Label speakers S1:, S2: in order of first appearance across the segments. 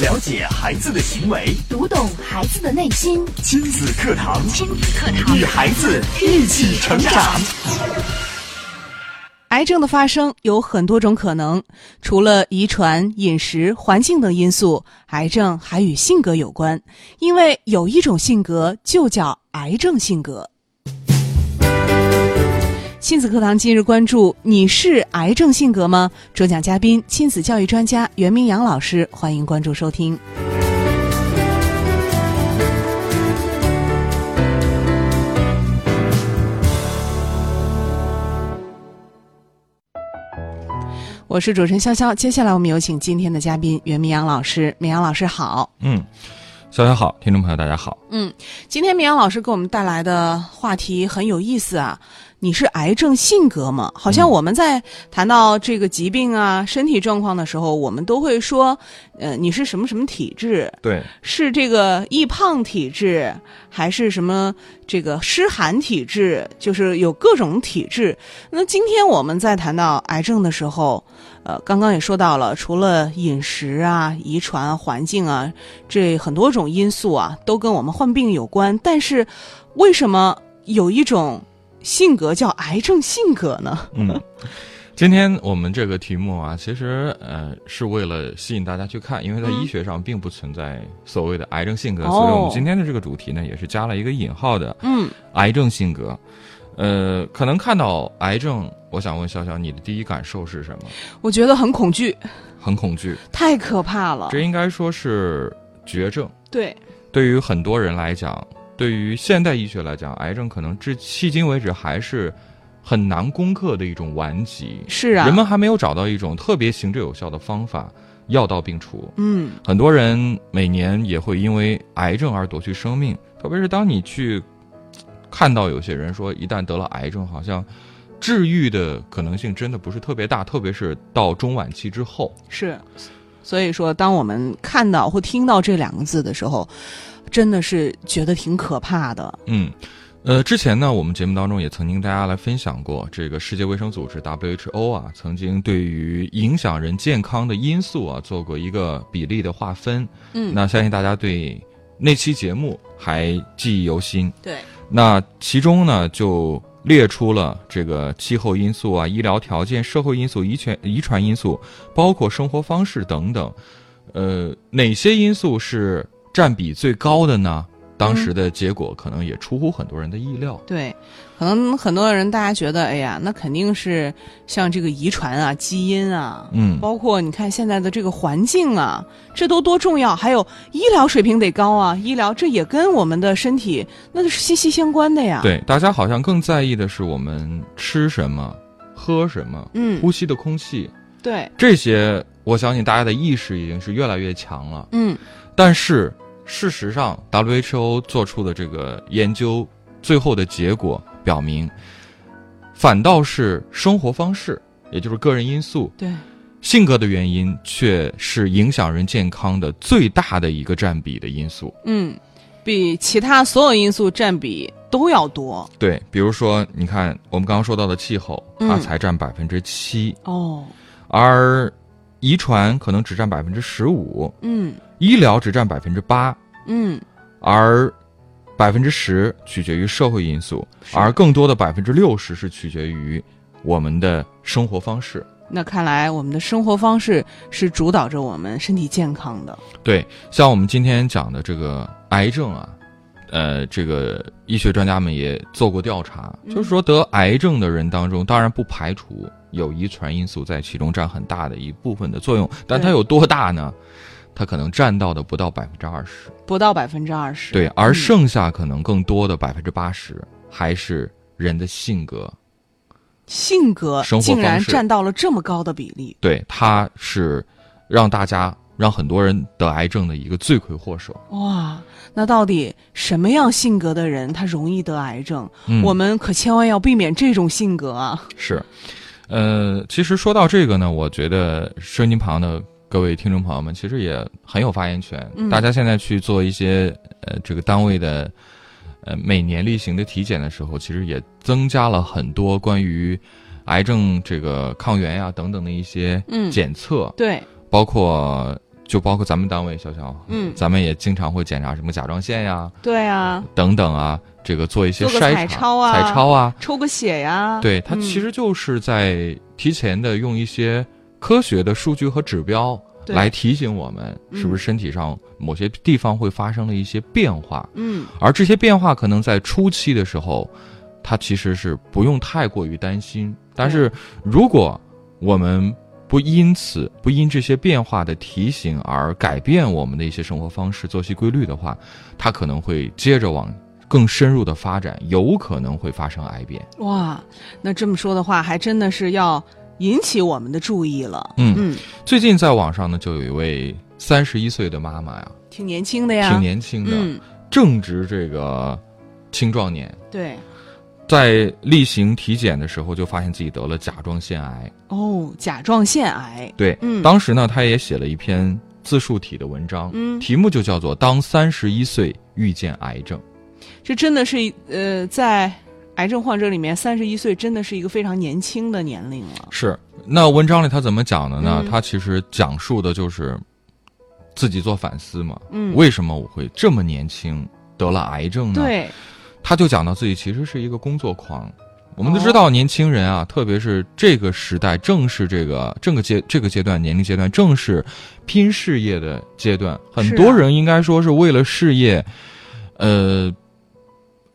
S1: 了解孩子的行为，
S2: 读懂孩子的内心。
S1: 亲子课堂，
S2: 亲子课堂
S1: 与孩子一起成长。
S3: 癌症的发生有很多种可能，除了遗传、饮食、环境等因素，癌症还与性格有关。因为有一种性格就叫癌症性格。亲子课堂今日关注：你是癌症性格吗？主讲嘉宾：亲子教育专家袁明阳老师，欢迎关注收听。我是主持人潇潇，接下来我们有请今天的嘉宾袁明阳老师。明阳老师好，
S4: 嗯，小小好，听众朋友大家好。
S3: 嗯，今天明阳老师给我们带来的话题很有意思啊。你是癌症性格吗？好像我们在谈到这个疾病啊、身体状况的时候，我们都会说，呃，你是什么什么体质？
S4: 对，
S3: 是这个易胖体质，还是什么这个湿寒体质？就是有各种体质。那今天我们在谈到癌症的时候，呃，刚刚也说到了，除了饮食啊、遗传、啊、环境啊，这很多种因素啊，都跟我们患病有关。但是，为什么有一种性格叫癌症性格呢？
S4: 嗯，今天我们这个题目啊，其实呃是为了吸引大家去看，因为在
S3: 嗯
S4: 医学上并不存在所谓的癌症性格，
S3: 哦
S4: 所以我们今天的这个主题呢，也是加了一个引号的
S3: 嗯，
S4: 癌症性格。呃，可能看到癌症，我想问小小，你的第一感受是什么？
S3: 我觉得很恐惧，
S4: 很恐惧，
S3: 太可怕了
S4: 这。应该说是绝症。
S3: 对，
S4: 对于很多人来讲，对于现代医学来讲，癌症可能至迄今为止还是很难攻克的一种顽疾。
S3: 是啊，
S4: 人们还没有找到一种特别行之有效的方法，药到病除。
S3: 嗯，
S4: 很多人每年也会因为癌症而夺去生命，特别是当你去嘖看到有些人说，一旦得了癌症，好像治愈的可能性真的不是特别大，特别是到中晚期之后。
S3: 是。所以说，当我们看到或听到这两个字的时候，真的是觉得挺可怕的。
S4: 嗯，呃，之前呢，我们节目当中也曾经大家来分享过，这个世界卫生组织 WHO 啊，曾经对于影响人健康的因素啊，做过一个比例的划分。
S3: 嗯
S4: 那相信大家对那期节目还记忆犹新。
S3: 对，
S4: 那其中呢，就列出了这个气候因素啊、医疗条件、社会因素、遗传遗传因素，包括生活方式等等。呃，哪些因素是占比最高的呢？当时的结果可能也出乎很多人的意料。
S3: 对，可能很多人大家觉得，哎呀，那肯定是像这个遗传啊、基因啊，
S4: 嗯，
S3: 包括你看现在的这个环境啊，这都多重要。还有医疗水平得高啊，医疗这也跟我们的身体那是息息相关的呀。，
S4: 对，大家好像更在意的是我们吃什么、喝什么、
S3: 嗯，
S4: 呼吸的空气
S3: 对，
S4: 这些，我相信大家的意识已经是越来越强了。
S3: 嗯
S4: 但是事实上，WHO 做出的这个研究最后的结果表明，反倒是生活方式，也就是个人因素、
S3: 对，
S4: 性格的原因，却是影响人健康的最大的一个占比的因素。
S3: 嗯，比其他所有因素占比都要多
S4: 对，比如说，你看我们刚刚说到的气候，它
S3: 嗯
S4: 才占百分之七，
S3: 哦。
S4: 而遗传可能只占百分之十五，
S3: 嗯
S4: 医疗只占百分之八，
S3: 嗯，
S4: 而百分之十取决于社会因素，
S3: 是
S4: 而更多的百分之六十是取决于我们的生活方式。
S3: 那看来我们的生活方式是主导着我们身体健康的。
S4: 对，像我们今天讲的这个癌症啊，呃，这个医学专家们也做过调查，
S3: 嗯
S4: 就是说得癌症的人当中，当然不排除有遗传因素在其中占很大的一部分的作用，但它
S3: 对
S4: 有多大呢？它可能占到的不到百分之二十，
S3: 不到百分之二十，
S4: 对，而
S3: 嗯
S4: 剩下可能更多的百分之八十还是人的性格，
S3: 性格
S4: 生活
S3: 竟然
S4: 方式
S3: 占到了这么高的比例，
S4: 对，它是让大家让很多人得癌症的一个罪魁祸首。
S3: 哇！那到底什么样性格的人他容易得癌症？
S4: 嗯
S3: 我们可千万要避免这种性格啊！
S4: 是，呃，其实说到这个呢，我觉得收音机旁的各位听众朋友们其实也很有发言权。
S3: 嗯
S4: 大家现在去做一些呃这个单位的呃每年例行的体检的时候，其实也增加了很多关于癌症这个抗原呀、等等的一些
S3: 嗯
S4: 检测，
S3: 对，
S4: 包括就包括咱们单位，小小，
S3: 嗯
S4: 咱们也经常会检查什么甲状腺呀、
S3: 对啊，
S4: 等等啊，这个做一些
S3: 做个
S4: 筛
S3: 彩
S4: 查
S3: 超啊
S4: 彩超啊，
S3: 抽个血呀、
S4: 对，它
S3: 嗯
S4: 其实就是在提前的用一些科学的数据和指标
S3: 对
S4: 来提醒我们，
S3: 嗯
S4: 是不是身体上某些地方会发生了一些变化，
S3: 嗯
S4: 而这些变化可能在初期的时候，它其实是不用太过于担心。但是如果我们不因此不因这些变化的提醒而改变我们的一些生活方式、作息规律的话，它可能会接着往更深入的发展，有可能会发生癌变。
S3: 哇，那这么说的话，还真的是要引起我们的注意了。
S4: 嗯
S3: 嗯，
S4: 最近在网上呢，就有一位三十一岁的妈妈呀，
S3: 挺年轻的呀，
S4: 挺年轻的，
S3: 啊嗯，
S4: 正值这个青壮年，
S3: 对，
S4: 在例行体检的时候就发现自己得了甲状腺癌。
S3: 哦，甲状腺癌，
S4: 对，
S3: 嗯
S4: 当时呢，她也写了一篇自述体的文章，
S3: 嗯
S4: 题目就叫做《当三十一岁遇见癌症》。
S3: 这真的是呃，在癌症患者里面，三十一岁真的是一个非常年轻的年龄了。
S4: 是，那文章里她怎么讲的呢？
S3: 嗯
S4: 她其实讲述的就是自己做反思嘛，
S3: 嗯
S4: 为什么我会这么年轻得了癌症呢？
S3: 对，
S4: 他就讲到自己其实是一个工作狂。我们都知道，年轻人啊，特别是这个时代，正是这个这个阶这个阶段年龄阶段，正是拼事业的阶段。很
S3: 是啊
S4: 多人应该说是为了事业，呃，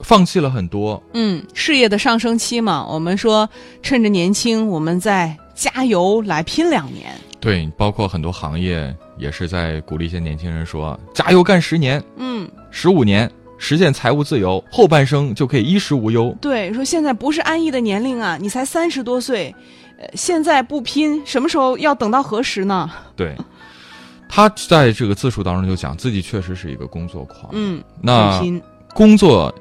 S4: 放弃了很多。
S3: 嗯，事业的上升期嘛，我们说趁着年轻，我们再加油来拼两年。
S4: 对，包括很多行业也是在鼓励一些年轻人说：“加油干十年、
S3: 嗯，
S4: 十五年，实现财务自由，后半生就可以衣食无忧。”
S3: 对，说现在不是安逸的年龄啊，你才三十多岁，呃，现在不拼，什么时候要等到何时呢？
S4: 对，他在这个自述当中就讲自己确实是一个工作狂。，
S3: 嗯，不
S4: 那
S3: 拼
S4: 工作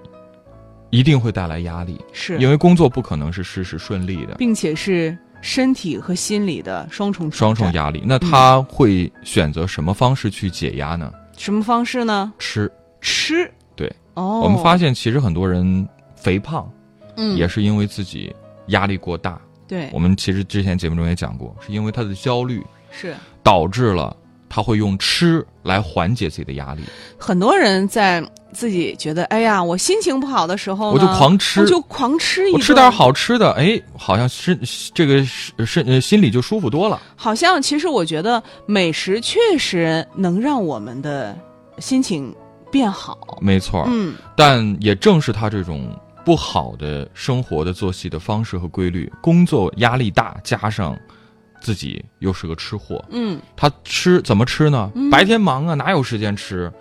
S4: 一定会带来压力，
S3: 是，
S4: 因为工作不可能是事事顺利的，
S3: 并且是身体和心理的双重挑
S4: 双重
S3: 战，
S4: 压力。那他会选择什么方式去解压呢？
S3: 什么方式呢？
S4: 吃。
S3: 吃。
S4: 对，
S3: 哦，
S4: 我们发现其实很多人肥胖
S3: 嗯
S4: 也是因为自己压力过大。
S3: 对
S4: 我，们其实之前节目中也讲过，是因为他的焦虑
S3: 是
S4: 导致了他会用吃来缓解自己的压力。
S3: 很多人在自己觉得，哎呀，我心情不好的时候呢，
S4: 我就狂吃
S3: 我就狂吃一，
S4: 我吃点，好吃的，哎，好像身这个身呃心里就舒服多了。
S3: 好像其实我觉得美食确实能让我们的心情变好。
S4: 没错儿，
S3: 嗯，
S4: 但也正是他这种不好的生活的作息的方式和规律，工作压力大，加上自己又是个吃货，
S3: 嗯，
S4: 他吃怎么吃呢？白天忙啊，哪有时间吃？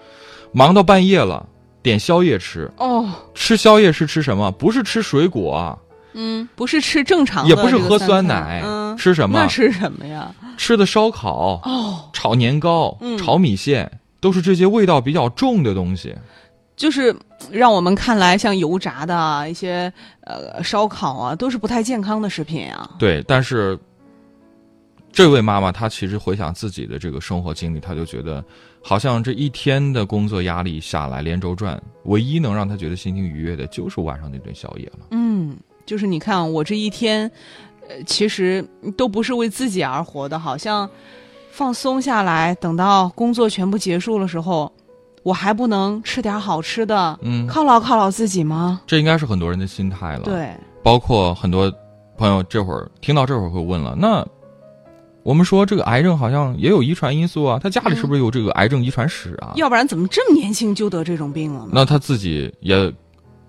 S4: 忙到半夜了，点宵夜吃。
S3: 哦，
S4: 吃宵夜是吃什么？不是吃水果啊，
S3: 嗯，不是吃正常的，
S4: 也不是喝酸奶，
S3: 嗯，
S4: 吃什么
S3: 那？吃什么呀？
S4: 吃的烧烤、
S3: 哦，
S4: 炒年糕、
S3: 嗯
S4: 炒米线，都是这些味道比较重的东西。
S3: 就是嗯让我们看来像油炸的啊，一些呃烧烤啊，都是不太健康的食品啊。
S4: 对，但是这位妈妈她其实回想自己的这个生活经历，她就觉得好像这一天的工作压力下来连轴转，唯一能让她觉得心情愉悦的就是晚上那顿宵夜了。
S3: 嗯，就是你看我这一天，呃，其实都不是为自己而活的，好像放松下来，等到工作全部结束的时候，我还不能吃点好吃的，
S4: 嗯，
S3: 犒劳犒劳自己吗？
S4: 这应该是很多人的心态了。，
S3: 对，
S4: 包括很多朋友这会儿听到这会儿会问了，那。我们说这个癌症好像也有遗传因素啊，他家里是不是有这个癌症遗传史啊？
S3: 要不然怎么这么年轻就得这种病了呢？
S4: 那他自己也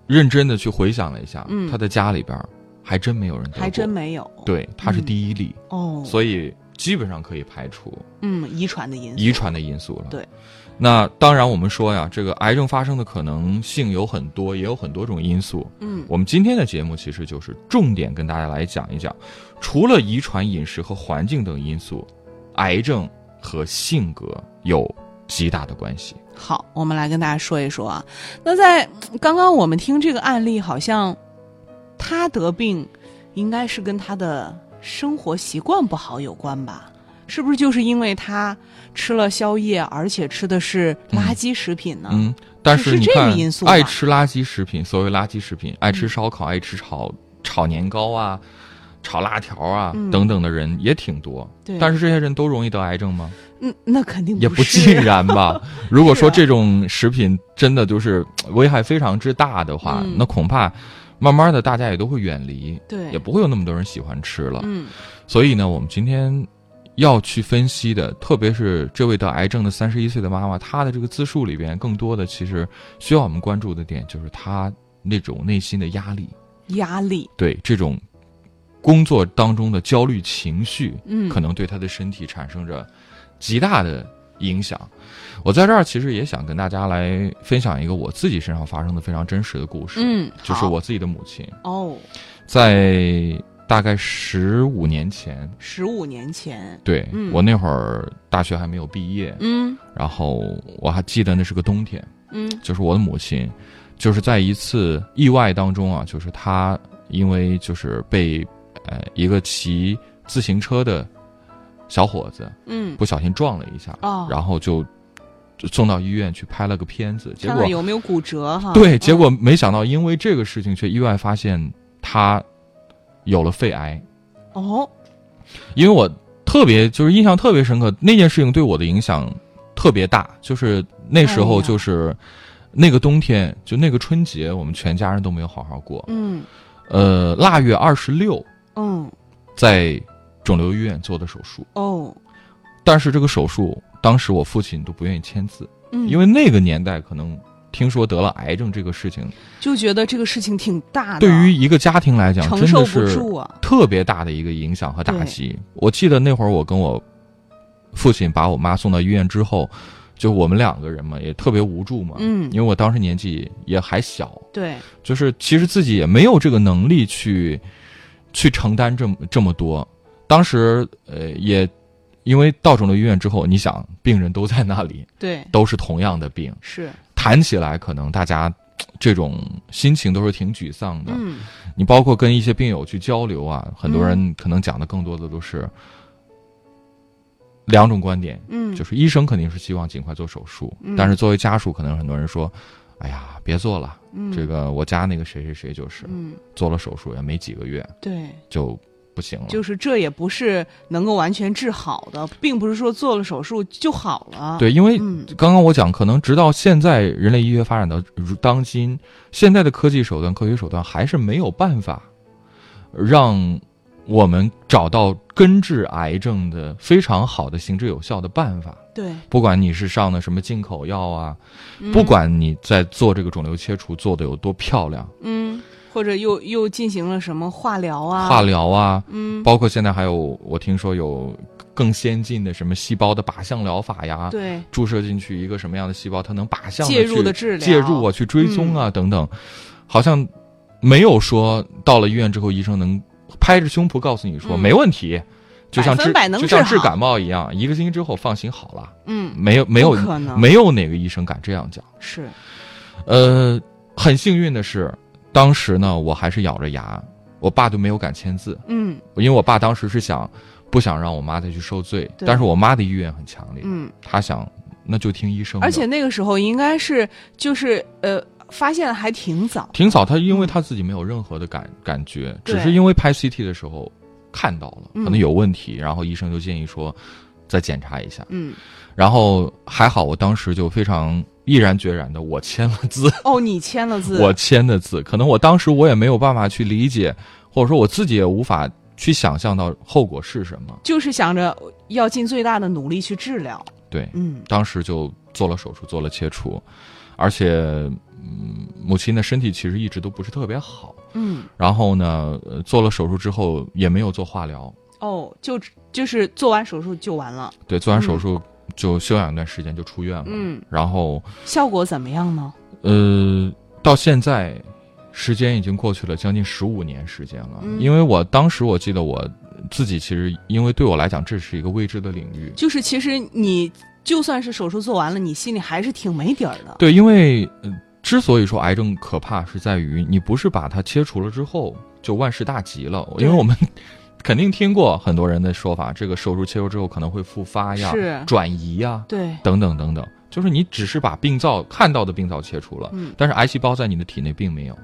S4: 认真的去回想了一下，
S3: 嗯
S4: 他的家里边儿还真没有人得过，
S3: 还真没有。
S4: 对，他是
S3: 嗯
S4: 第一例，
S3: 哦，
S4: 所以基本上可以排除
S3: 嗯，遗传的因素，
S4: 遗传的因素了。
S3: 对，
S4: 那当然我们说呀，这个癌症发生的可能性有很多，也有很多种因素。
S3: 嗯，
S4: 我们今天的节目其实就是重点跟大家来讲一讲，除了遗传、饮食和环境等因素，癌症和性格有极大的关系。
S3: 好，我们来跟大家说一说啊。那在嗯刚刚我们听这个案例，好像他得病应该是跟他的生活习惯不好有关吧？是不是就是因为他吃了宵夜，而且吃的是垃圾食品呢？
S4: 嗯，但
S3: 只
S4: 是
S3: 啊是
S4: 你
S3: 这个
S4: 看，
S3: 因素嗯
S4: 爱
S3: 吧
S4: 吃垃圾食品，所谓垃圾食品，爱吃烧烤，爱吃炒炒年糕啊，炒辣条啊、
S3: 嗯
S4: 等等的人也挺多。
S3: 对
S4: 但是这些人都容易得癌症吗？
S3: 嗯，那肯定
S4: 也
S3: 不
S4: 不
S3: 是
S4: 尽然 吧。如果说
S3: 是啊
S4: 这种食品真的就是呃危害非常之大的话，
S3: 嗯
S4: 那恐怕慢慢的大家也都会远离，
S3: 对，
S4: 也不会有那么多人喜欢吃了。
S3: 嗯
S4: 所以呢，我们今天要去分析的，特别是这位得癌症的三十一岁的妈妈，她的这个自述里边，更多的其实需要我们关注的点，就是她那种内心的压力，
S3: 压力，
S4: 对这种工作当中的焦虑情绪，
S3: 嗯，
S4: 可能对她的身体产生着极大的影响。我在这儿其实也想跟大家来分享一个我自己身上发生的非常真实的故事，
S3: 嗯
S4: 就是
S3: 好
S4: 我自己的母亲
S3: 哦，
S4: 在大概十五年前。
S3: 十五年前，
S4: 对、
S3: 嗯
S4: 我那会儿大学还没有毕业，
S3: 嗯
S4: 然后我还记得那是个冬天，
S3: 嗯
S4: 就是我的母亲，就是在一次意外当中啊，就是她因为就是被呃一个骑自行车的小伙子
S3: 嗯，
S4: 不小心撞了一下，
S3: 哦，
S4: 然后就就送到医院去拍了个片子，结
S3: 看
S4: 果
S3: 看有没有骨折哈？
S4: 对，
S3: 嗯
S4: 结果没想到因为这个事情却意外发现她有了肺癌。
S3: 哦，
S4: 因为我特别就是印象特别深刻，那件事情对我的影响特别大。就是那时
S3: 哎
S4: 候，
S3: 呀
S4: 就是那个冬天，就那个春节，我们全家人都没有好好过。
S3: 嗯
S4: 呃，腊月二十六
S3: 嗯
S4: 在肿瘤医院做的手术，
S3: 哦，
S4: 但是这个手术当时我父亲都不愿意签字，
S3: 嗯，
S4: 因为那个年代可能听说得了癌症这个事情，
S3: 就觉得这个事情挺大的，
S4: 对于一个家庭来讲，
S3: 承
S4: 真
S3: 受
S4: 的
S3: 不
S4: 是
S3: 住啊，
S4: 特别大的一个影响和打
S3: 对
S4: 击。我记得那会儿我跟我父亲把我妈送到医院之后，就我们两个人嘛，也特别无助嘛。
S3: 嗯
S4: 因为我当时年纪也还小，
S3: 对，
S4: 就是其实自己也没有这个能力去去承担这么这么多。当时呃也因为到肿瘤医院之后，你想病人都在那里，
S3: 对，
S4: 都是同样的病，
S3: 是，
S4: 谈起来可能大家。这种心情都是挺沮丧的，
S3: 嗯，
S4: 你包括跟一些病友去交流啊，很多人可能讲的更多的都是两种观点，
S3: 嗯，
S4: 就是医生肯定是希望尽快做手术，
S3: 嗯
S4: 但是作为家属，可能很多人说：“哎呀，别做了，
S3: 嗯
S4: 这，个我家那个谁谁谁就是
S3: 嗯，
S4: 做了手术也没几个月
S3: 对，
S4: 就不行了。”
S3: 就是这也不是能够完全治好的，并不是说做了手术就好了，，
S4: 对，因为
S3: 嗯
S4: 刚刚我讲，可能直到现在人类医学发展到如当今，现在的科技手段、科学手段还是没有办法让我们找到根治癌症的非常好的、行之有效的办法。
S3: 对，
S4: 不管你是上的什么进口药啊，
S3: 嗯
S4: 不，管你在做这个肿瘤切除做的有多漂亮，
S3: 嗯，或者又又进行了什么化疗啊，
S4: 化，疗啊，
S3: 嗯，
S4: 包括现在还有我听说有更先进的什么细胞的靶向疗法呀，
S3: 对，
S4: 注射进去一个什么样的细胞，它能靶向地
S3: 介入
S4: 去
S3: 的治疗嗯
S4: 介入啊，去追踪啊、等等，好像没有说到了医院之后，医生能拍着胸脯告诉你说、
S3: 嗯
S4: 没问题，就像
S3: 百
S4: 治
S3: 分百能
S4: 就像
S3: 治
S4: 治
S3: 好
S4: 感冒一样，一个星期之后放心好了，
S3: 嗯，
S4: 没有没有
S3: 不可能
S4: 没有哪个医生敢这样讲。
S3: 是，
S4: 呃，很幸运的是，当时呢我还是咬着牙，我爸就没有敢签字，
S3: 嗯
S4: 因为我爸当时是想不想让我妈再去受罪，
S3: 对
S4: 但是我妈的意愿很强烈，
S3: 嗯。
S4: 她想那就听医生的，
S3: 而且那个时候应该是就是呃，发现的还挺早，
S4: 挺早，他因为他自己没有任何的感感觉，
S3: 嗯对
S4: 只是因为拍 CT 的时候看到了，
S3: 嗯
S4: 可能有问题，然后医生就建议说再检查一下。
S3: 嗯，
S4: 然后还好，我当时就非常毅然决然的，我签了字，
S3: 哦，你签了字，
S4: 我签的字。可能我当时我也没有办法去理解，或者说我自己也无法去想象到后果是什么。
S3: 就是想着要尽最大的努力去治疗，
S4: 对，
S3: 嗯
S4: 当时就做了手术，做了切除，而且嗯，母亲的身体其实一直都不是特别好。
S3: 嗯，
S4: 然后呢，呃做了手术之后也没有做化疗，
S3: 哦，就就是做完手术就完了，
S4: 对，做完手术就休养一段时间就出院了。
S3: 嗯，
S4: 然后
S3: 效果怎么样呢？
S4: 呃，到现在时间已经过去了将近十五年时间了，
S3: 嗯
S4: 因为我当时我记得我自己其实因为对我来讲这是一个未知的领域，
S3: 就是其实你就算是手术做完了，你心里还是挺没底儿的，
S4: 对，因为、呃、之所以说癌症可怕，是在于你不是把它切除了之后就万事大吉了，因为
S3: 对
S4: 我们肯定听过很多人的说法，这个手术切除之后可能会复发呀、
S3: 是
S4: 转移呀
S3: 对，
S4: 等等等等，就是你只是把病灶看到的病灶切除了，
S3: 嗯
S4: 但是癌细胞在你的体内并没有。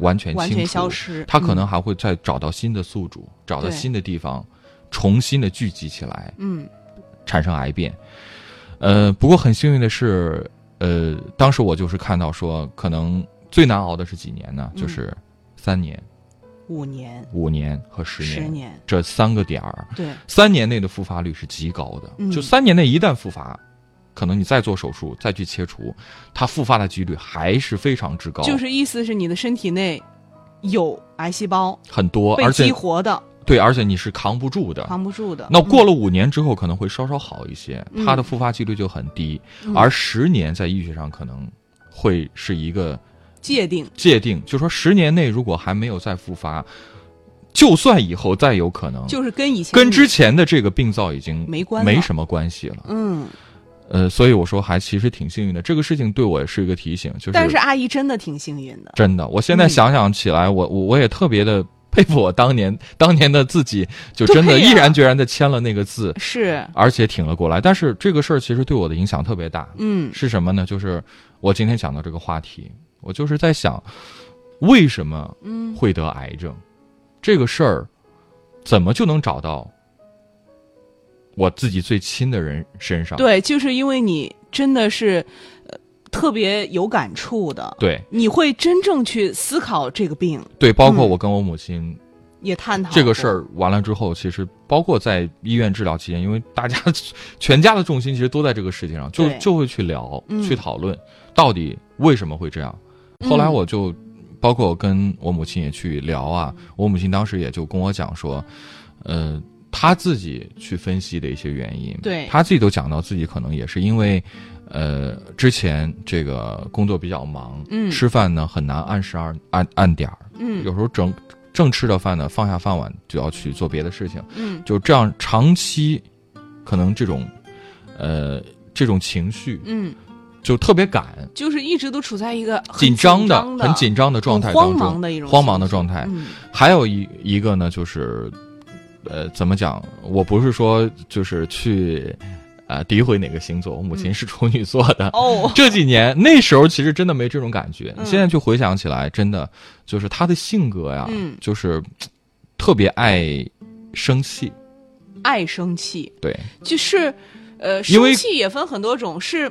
S4: 完全
S3: 完
S4: 清
S3: 全
S4: 除
S3: 消失
S4: 它可
S3: 嗯
S4: 能还会再找到新的宿主，找到
S3: 对
S4: 新的地方，重新的聚集起来，
S3: 嗯
S4: 产生癌变。呃，不过很幸运的是，呃，当时我就是看到说，可能最难熬的是几年呢？
S3: 嗯
S4: 就是三年、
S3: 五年、
S4: 五年和十年
S3: 十年，
S4: 这三个点儿。
S3: 对，
S4: 三年内的复发率是极高的，
S3: 嗯
S4: 就三年内一旦复发，可能你再做手术再去切除，它复发的几率还是非常之高，
S3: 就是意思是你的身体内有癌细胞
S4: 很多，
S3: 被
S4: 哦而
S3: 激
S4: 且
S3: 活的，
S4: 对，而且你是扛不住的，
S3: 扛不住的。
S4: 那过
S3: 嗯
S4: 了五年之后可能会稍稍好一些，
S3: 嗯
S4: 它的复发几率就很低，
S3: 嗯
S4: 而十年在医学上可能会是一个
S3: 界定，
S4: 界定，就说十年内如果还没有再复发，就算以后再有可能，
S3: 就是跟以前
S4: 跟之前的这个病灶已经
S3: 没关了
S4: 没什么关系了。
S3: 嗯，
S4: 呃，所以我说还其实挺幸运的，这个事情对我也是一个提醒，就是
S3: 但是阿姨真的挺幸运的，
S4: 真的，我现在
S3: 嗯
S4: 想想起来，我我我也特别的。佩服我当年当年的自己，就真的
S3: 对呀
S4: 毅然决然的签了那个字，
S3: 是，
S4: 而且挺了过来。但是这个事儿其实对我的影响特别大，
S3: 嗯
S4: 是什么呢？就是我今天讲到这个话题，我就是在想，为什么
S3: 嗯，
S4: 会得癌症？这个事儿怎么就能找到我自己最亲的人身上？
S3: 对，就是因为你真的是，呃，特别有感触的，
S4: 对
S3: 你会真正去思考这个病，
S4: 对包
S3: 嗯
S4: 括我跟我母亲
S3: 也探讨
S4: 这个
S3: 过
S4: 事，儿完了之后，其实包括在医院治疗期间，因为大家 全家的重心其实都在这个事情上，就
S3: 对
S4: 就会去聊、
S3: 嗯
S4: 去讨论，到底为什么会这样。后来
S3: 嗯
S4: 我就，包括我跟我母亲也去聊啊，我母亲当时也就跟我讲说，呃，她自己去分析的一些原因，
S3: 对
S4: 她自己都讲到自己可能也是因为，呃，之前这个工作比较忙，
S3: 嗯
S4: 吃饭呢很难按时按按按点儿，
S3: 嗯
S4: 有时候整正吃着饭呢，放下饭碗就要去做别的事情，
S3: 嗯
S4: 就这样长期，可能这种，呃，这种情绪
S3: 嗯，
S4: 就特别赶，
S3: 就是一直都处在一个很
S4: 紧张的、
S3: 的、
S4: 很紧张的状态
S3: 很
S4: 当
S3: 慌忙
S4: 中，
S3: 的一种
S4: 慌忙的
S3: 情
S4: 状态。
S3: 嗯
S4: 还有一一个呢，就是，呃，怎么讲？我不是说就是去，呃，诋毁哪个星座，我母亲
S3: 嗯
S4: 是处女座的，
S3: 哦，
S4: 这几年那时候其实真的没这种感觉，
S3: 嗯
S4: 现在去回想起来，真的就是他的性格呀，
S3: 嗯
S4: 就是嘖特别爱生气，
S3: 爱生气，
S4: 对
S3: 就是，呃，
S4: 因
S3: 生
S4: 为
S3: 气也分很多种，是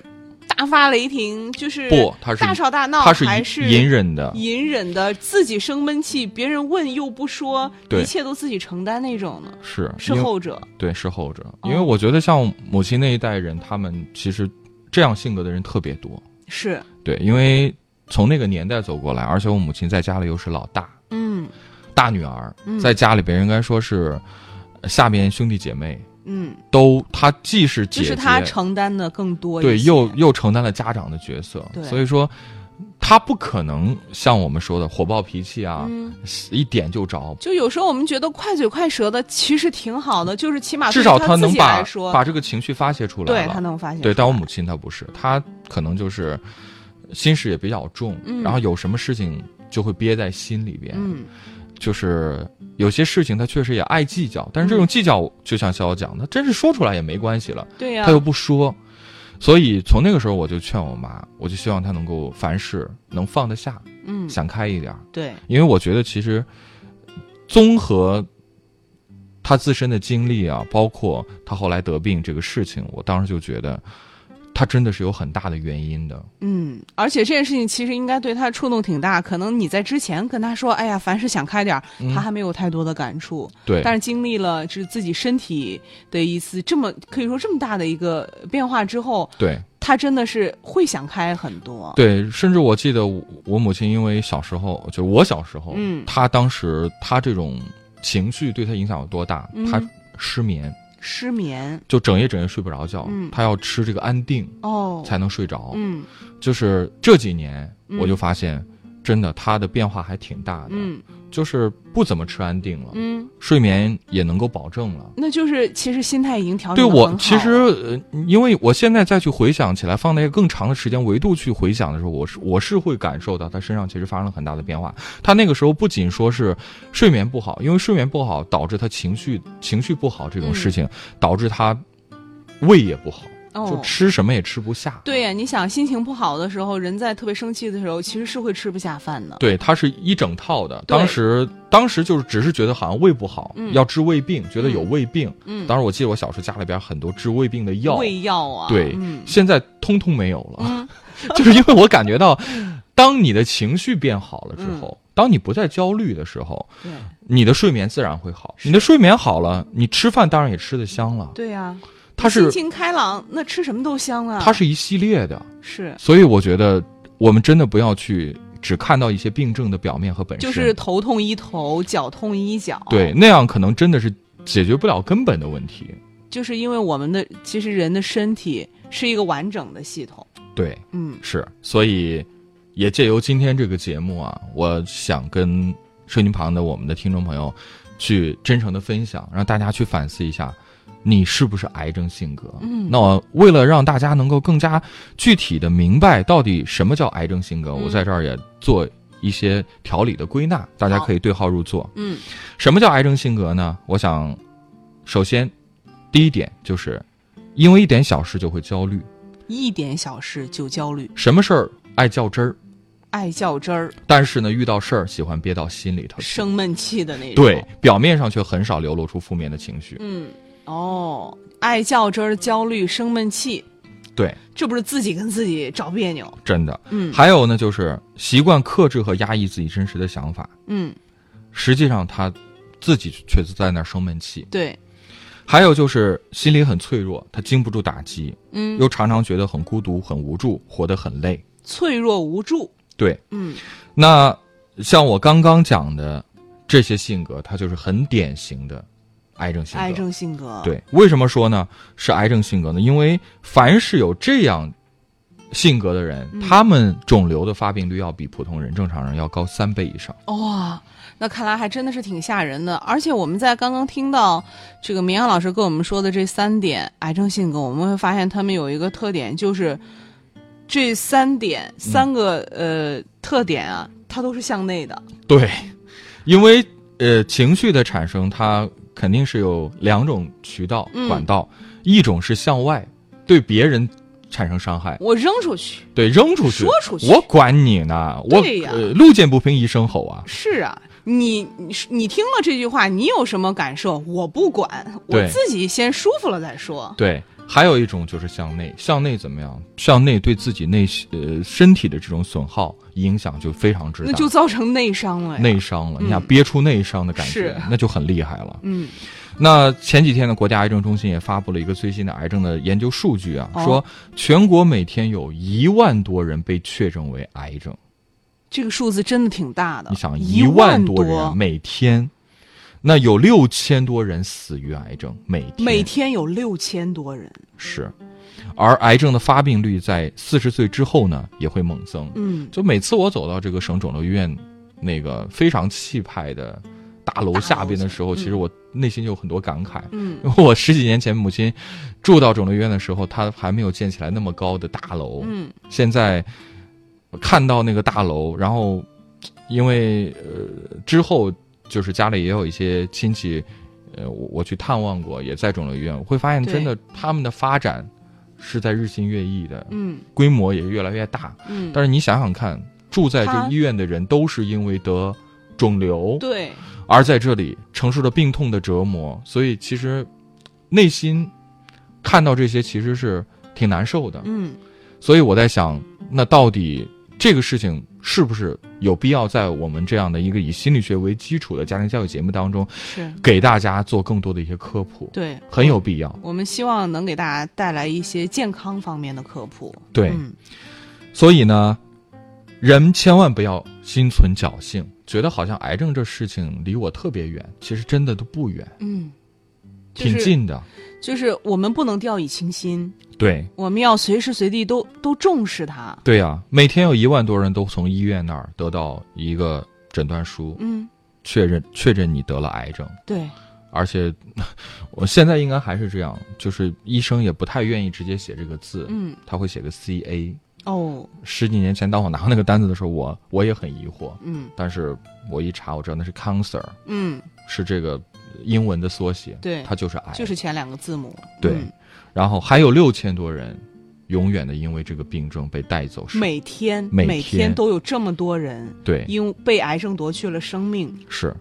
S3: 大发雷霆，就是
S4: 不他是
S3: 大吵大闹，
S4: 他是
S3: 哦还
S4: 隐
S3: 是
S4: 隐忍的，
S3: 隐忍的，自己生闷气，别人问又不说，
S4: 对
S3: 一切都自己承担那种呢？
S4: 是
S3: 是
S4: 因为
S3: 后者，
S4: 对是后者，
S3: 哦
S4: 因为我觉得像母亲那一代人，他们其实这样性格的人特别多，
S3: 是，
S4: 对，因为从那个年代走过来，而且我母亲在家里又是老大
S3: 嗯
S4: 大女儿
S3: 嗯，
S4: 在家里边应该说是呃下边兄弟姐妹。
S3: 嗯，
S4: 都，她既是
S3: 就
S4: 姐姐，
S3: 是他承担的更多一些，
S4: 对，又又承担了家长的角色，
S3: 对
S4: 所以说他不可能像我们说的火爆脾气啊，
S3: 嗯。
S4: 一点就着。
S3: 就有时候我们觉得快嘴快舌的其实挺好的，就是起码
S4: 至
S3: 啊对于
S4: 少
S3: 他自
S4: 能
S3: 己
S4: 把
S3: 来说，
S4: 把这个情绪发泄出来
S3: 对
S4: 了，
S3: 他能发现出来。
S4: 对但我母亲她不是，她可能就是心事也比较重，
S3: 嗯
S4: 然后有什么事情就会憋在心里边，
S3: 嗯
S4: 就是有些事情她确实也爱计较，但是
S3: 嗯
S4: 这种计较，就像潇潇讲的，真是说出来也没关系了，，
S3: 对呀、
S4: 他又不说，所以从那个时候我就劝我妈，我就希望她能够凡事能放得下，
S3: 嗯，
S4: 想开一点儿，
S3: 对，
S4: 因为我觉得其实综合她自身的经历啊，包括她后来得病这个事情，我当时就觉得她真的是有很大的原因的。
S3: 嗯，而且这件事情其实应该对他触动挺大。可能你在之前跟他说，哎呀，凡事想开点儿，
S4: 嗯
S3: 他还没有太多的感触。
S4: 对，
S3: 但是经历了就是自己身体的一次这么可以说这么大的一个变化之后，
S4: 对
S3: 他真的是会想开很多。，
S4: 对，甚至我记得我我母亲因为小时候，就我小时候，
S3: 嗯
S4: 她当时她这种情绪对她影响有多大？
S3: 嗯
S4: 她失眠。
S3: 失眠
S4: 就整夜整夜睡不着觉，
S3: 嗯
S4: 他要吃这个安定
S3: 哦，
S4: 才能睡着。
S3: 嗯
S4: 就是这几年
S3: 嗯
S4: 我就发现，真的他的变化还挺大的，
S3: 嗯
S4: 就是不怎么吃安定了，
S3: 嗯，
S4: 睡眠也能够保证了。
S3: 那就是其实心态已经调
S4: 对
S3: 整得哦很好
S4: 我
S3: 了。
S4: 其实，呃，因为我现在再去回想起来，放在一个更长的时间维度去回想的时候，我是我是会感受到他身上其实发生了很大的变化。他那个时候不仅说是睡眠不好，因为睡眠不
S3: 嗯
S4: 好导致他情绪情绪不好这种事情，导致他胃也不好。
S3: 哦
S4: 就吃什么也吃不下。
S3: 对呀，你想心情不好的时候，人在特别生气的时候，其实是会吃不下饭的。
S4: 对，它是一整套的。
S3: 对
S4: 当时当时就是只是觉得好像胃不好，
S3: 嗯
S4: 要治胃病，觉得有
S3: 嗯
S4: 胃病。
S3: 嗯，
S4: 当时我记得我小时候家里边很多治胃病的药，
S3: 胃药啊，
S4: 对，
S3: 嗯
S4: 现在通通没有了。
S3: 嗯
S4: 就是因为我感觉到，当你的情绪变好了
S3: 嗯
S4: 之后，当你不再焦虑的时候，
S3: 对
S4: 你的睡眠自然会好。你的睡眠好了，你吃饭当然也吃得香了。
S3: 对呀，
S4: 它是
S3: 心情开朗，那吃什么都香啊。
S4: 它是一系列的，
S3: 是
S4: 所以我觉得我们真的不要去只看到一些病症的表面和本身，
S3: 就是头痛医头，脚痛医脚。
S4: 对，那样可能真的是解决不了根本的问题。
S3: 就是因为我们的其实人的身体是一个完整的系统。
S4: 对，
S3: 嗯，
S4: 是，所以也借由今天这个节目啊，我想跟收音机旁的我们的听众朋友去真诚的分享，让大家去反思一下，你是不是癌症性格？
S3: 嗯
S4: 那我为了让大家能够更加具体的明白到底什么叫癌症性格，我
S3: 嗯
S4: 在这儿也做一些条理的归纳，大家
S3: 好
S4: 可以对号入座。
S3: 嗯，
S4: 什么叫癌症性格呢？我想，首先第一点就是，因为一点小事就会焦虑，
S3: 一点小事就焦虑，
S4: 什么事儿爱较真儿。
S3: 爱较真儿，
S4: 但是呢，遇到事儿喜欢憋到心里头去，
S3: 生闷气的那种。
S4: 呃对，，表面上却很少流露出负面的情绪。
S3: 嗯，哦，爱较真儿、焦虑、生闷气，
S4: 对，
S3: 这不是自己跟自己找别扭？
S4: 真的。
S3: 嗯
S4: 还有呢，就是习惯克制和压抑自己真实的想法，
S3: 嗯，
S4: 实际上他自己却是在那儿生闷气。
S3: 对，
S4: 还有就是心里很脆弱，他经不住打击，
S3: 嗯，
S4: 又常常觉得很孤独、很无助，活得很累。
S3: 脆弱无助。
S4: 对，
S3: 嗯
S4: 那像我刚刚讲的这些性格，它就是很典型的癌症性格。
S3: 癌症啊性格。，
S4: 对，为什么说呢？是癌症性格呢？因为凡是有这样性格的人，
S3: 嗯
S4: 他们肿瘤的发病率要比普通人、正常人要高三倍以上。
S3: 哇、那看来还真的是挺吓人的。而且我们在刚刚听到这个明阳老师跟我们说的这三点癌症性格，我们会发现他们有一个特点，就是这三点三个、呃特点啊，它都是向内的。
S4: 对，因为呃，情绪的产生，它肯定是有两种渠道、
S3: 嗯
S4: 管道，一种是向外，对别人产生伤害，
S3: 我扔出去，
S4: 对，扔出去，
S3: 说出去
S4: 我管你呢，我
S3: 对呀
S4: 呃路见不平一声吼啊，
S3: 是啊，你你你听了这句话，你有什么感受？我不管，我
S4: 对
S3: 自己先舒服了再说。
S4: 对，还有一种就是向内，向内怎么样？向内对自己内心呃身体的这种损耗影响就非常之大，
S3: 那就造成内伤了呀。
S4: 内伤了。
S3: 嗯
S4: 你想憋出内伤的感觉
S3: 是，
S4: 那就很厉害了。
S3: 嗯
S4: 那前几天呢，国家癌症中心也发布了一个最新的癌症的研究数据啊，
S3: 哦
S4: 说全国每天有一万多人被确诊为癌症。
S3: 这个数字真的挺大的。
S4: 你想，
S3: 一
S4: 万
S3: 多
S4: 人啊每天，那有六千多人死于癌症，每天
S3: 每天有六千多人，
S4: 是，而癌症的发病率在四十岁之后呢，也会猛增。
S3: 嗯，
S4: 就每次我走到这个省肿瘤医院那个非常气派的大楼下边的时候，
S3: 大楼下
S4: 其实我内心就有很多感慨。
S3: 嗯
S4: 因为我十几年前母亲住到肿瘤医院的时候，她还没有建起来那么高的大楼。
S3: 嗯，
S4: 现在我看到那个大楼，然后因为呃之后就是家里也有一些亲戚，呃我我去探望过，也在肿瘤医院，我会发现
S3: 对
S4: 真的他们的发展是在日新月异的，
S3: 嗯
S4: 规模也越来越大。
S3: 嗯，
S4: 但是你想想看，住在这
S3: 他
S4: 医院的人都是因为得肿瘤，
S3: 对，
S4: 而在这里承受着病痛的折磨，所以其实内心看到这些其实是挺难受的。
S3: 嗯
S4: 所以我在想，那到底这个事情是不是有必要在我们这样的一个以心理学为基础的家庭教育节目当中，
S3: 是
S4: 给大家做更多的一些科普？
S3: 对，
S4: 很有必要。
S3: 我们希望能给大家带来一些健康方面的科普。
S4: 对，
S3: 嗯
S4: 所以呢，人千万不要心存侥幸，觉得好像癌症这事情离我特别远，其实真的都不远，
S3: 嗯，就
S4: 挺
S3: 是
S4: 近的。
S3: 就是我们不能掉以轻心，
S4: 对，
S3: 我们要随时随地都都重视它。
S4: 对呀、每天有一万多人都从医院那儿得到一个诊断书，
S3: 嗯，
S4: 确认确认你得了癌症。
S3: 对，
S4: 而且 我现在应该还是这样，就是医生也不太愿意直接写这个字，
S3: 嗯
S4: 他会写个 CA。
S3: 哦，
S4: 十几年前，当我拿到那个单子的时候，我我也很疑惑，
S3: 嗯
S4: 但是我一查，我知道那是 cancer，
S3: 嗯，
S4: 是这个英文的缩写，
S3: 对
S4: 它就是癌，
S3: 就是前两个字母。
S4: 对
S3: 嗯
S4: 然后还有六千多人永远的因为这个病症被带走。是
S3: 每天
S4: 每
S3: 每
S4: 天
S3: 都有这么多人
S4: 对
S3: 因被癌症夺去了生命。
S4: 是，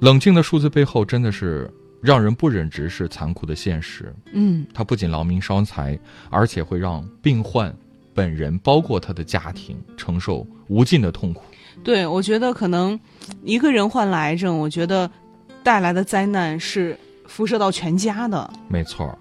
S4: 冷静的数字背后真的是让人不忍直视残酷的现实。
S3: 嗯，
S4: 它不仅劳民伤财，而且会让病患本人，包括他的家庭，承受无尽的痛苦。
S3: 对，我觉得可能一个人患了癌症，我觉得带来的灾难是辐射到全家的。
S4: 没错儿，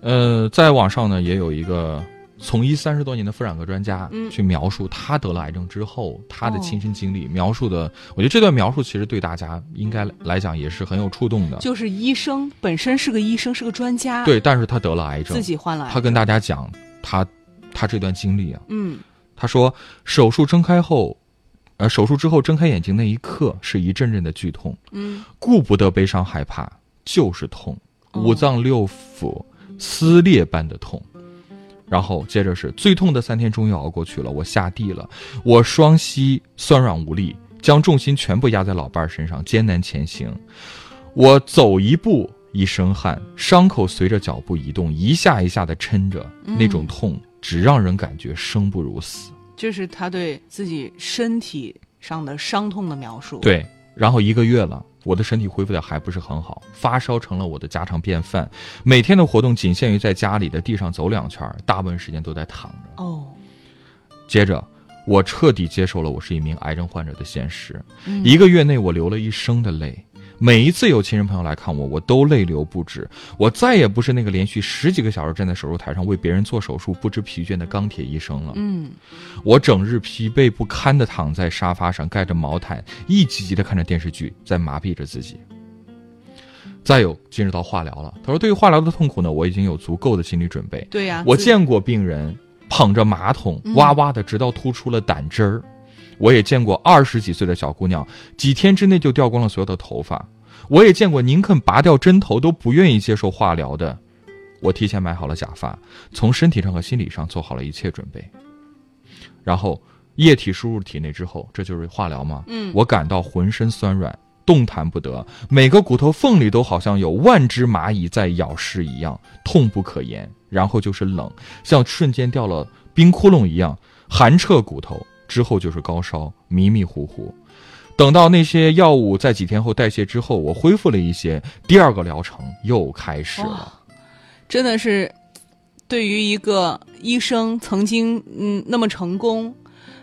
S4: 呃，在网上呢也有一个从医三十多年的妇产科专家
S3: 嗯
S4: 去描述他得了癌症之后他的
S3: 哦
S4: 亲身经历，描述的，我觉得这段描述其实对大家应该来讲也是很有触动的。
S3: 就是医生本身是个医生，是个专家，，
S4: 对，但是他得了癌症
S3: 自，己患了癌
S4: 他跟大家讲他他这段经历啊，
S3: 嗯，
S4: 他说手术睁开后，呃，手术之后睁开眼睛那一刻是一阵阵的剧痛，
S3: 嗯，
S4: 顾不得悲伤害怕，就是痛，
S3: 哦
S4: 五脏六腑撕裂般的痛。然后接着是最痛的三天终于熬过去了，我下地了，我双膝酸软无力，将重心全部压在老伴儿身上，艰难前行。我走一步一身汗，伤口随着脚步移动，一下一下的抻着，那种痛只让人感觉生不如死。
S3: 这是他对自己身体上的伤痛的描述。，
S4: 对，然后一个月了，我的身体恢复的还不是很好，发烧成了我的家常便饭，每天的活动仅限于在家里的地上走两圈儿，大部分时间都在躺着。
S3: 哦，
S4: 接着，我彻底接受了我是一名癌症患者的现实。一个月内，我流了一生的泪。每一次有亲人朋友来看我，我都泪流不止。我再也不是那个连续十几个小时站在手术台上为别人做手术不知疲倦的钢铁医生了。
S3: 嗯，
S4: 我整日疲惫不堪地躺在沙发上，盖着毛毯，一集集地看着电视剧，在麻痹着自己。再有，进入到化疗了。他说，对于化疗的痛苦呢，我已经有足够的心理准备。
S3: 对呀、
S4: 我
S3: 自
S4: 见过病人捧着马桶
S3: 嗯
S4: 哇哇的，直到吐出了胆汁儿。我也见过二十几岁的小姑娘，几天之内就掉光了所有的头发。我也见过宁肯拔掉针头都不愿意接受化疗的。我提前买好了假发，从身体上和心理上做好了一切准备。然后液体输入体内之后，这就是化疗嘛。
S3: 嗯
S4: 我感到浑身酸软，动弹不得，每个骨头缝里都好像有万只蚂蚁在咬噬一样，痛不可言。然后就是冷，像瞬间掉了冰窟窿一样，寒彻骨头。之后就是高烧，迷迷糊糊。等到那些药物在几天后代谢之后，我恢复了一些，第二个疗程又开始了。
S3: 哇真的是对于一个医生曾经嗯那么成功，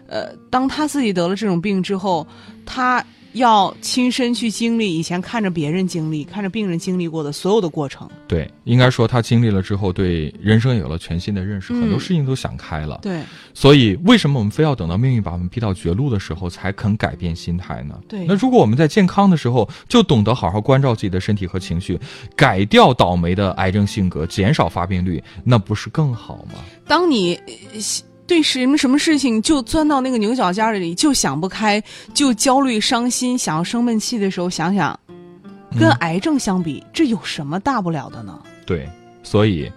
S3: 呃，当他自己得了这种病之后，他要亲身去经历以前看着别人经历、看着病人经历过的所有的过程。
S4: 对，应该说他经历了之后，对人生有了全新的认识，
S3: 嗯
S4: 很多事情都想开了。
S3: 对，
S4: 所以，为什么我们非要等到命运把我们逼到绝路的时候，才肯改变心态呢？
S3: 对
S4: 那如果我们在健康的时候，就懂得好好关照自己的身体和情绪，改掉倒霉的癌症性格，减少发病率，那不是更好吗？
S3: 当你呃喜对什么什么事情就钻到那个牛角尖儿里，就想不开，就焦虑、伤心，想要生闷气的时候，想想，跟
S4: 嗯
S3: 癌症相比，这有什么大不了的呢？
S4: 对，所以，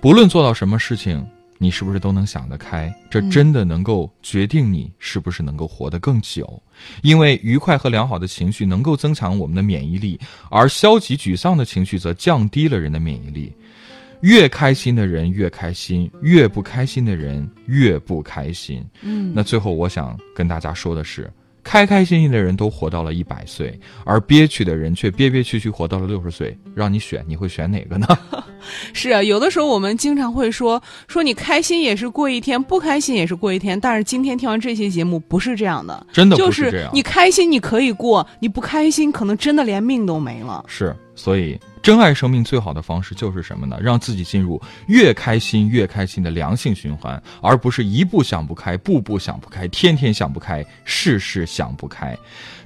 S4: 不论做到什么事情，你是不是都能想得开，这
S3: 嗯
S4: 真的能够决定你是不是能够活得更久。因为愉快和良好的情绪能够增强我们的免疫力，而消极沮丧的情绪则降低了人的免疫力。越开心的人越开心，越不开心的人越不开心。
S3: 嗯
S4: 那最后我想跟大家说的是，开开心心的人都活到了一百岁，而憋屈的人却憋憋屈屈活到了六十岁。让你选，你会选哪个呢？
S3: 是啊，有的时候我们经常会说说你开心也是过一天，不开心也是过一天。但是今天听完这期节目，不是这样的，
S4: 真的不
S3: 就是
S4: 这
S3: 是
S4: 样，
S3: 你开心你可以过，你不开心可能真的连命都没了。
S4: 是所以珍爱生命最好的方式就是什么呢？让自己进入越开心越开心的良性循环，而不是一步想不开，步步想不开，天天想不开，事事想不开。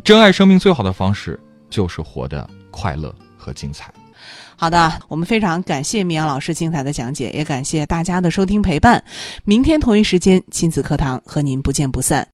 S4: 珍爱生命最好的方式就是活得快乐和精彩。
S3: 好的，我们非常感谢明阳老师精彩的讲解，也感谢大家的收听陪伴。明天同一时间，亲子课堂和您不见不散。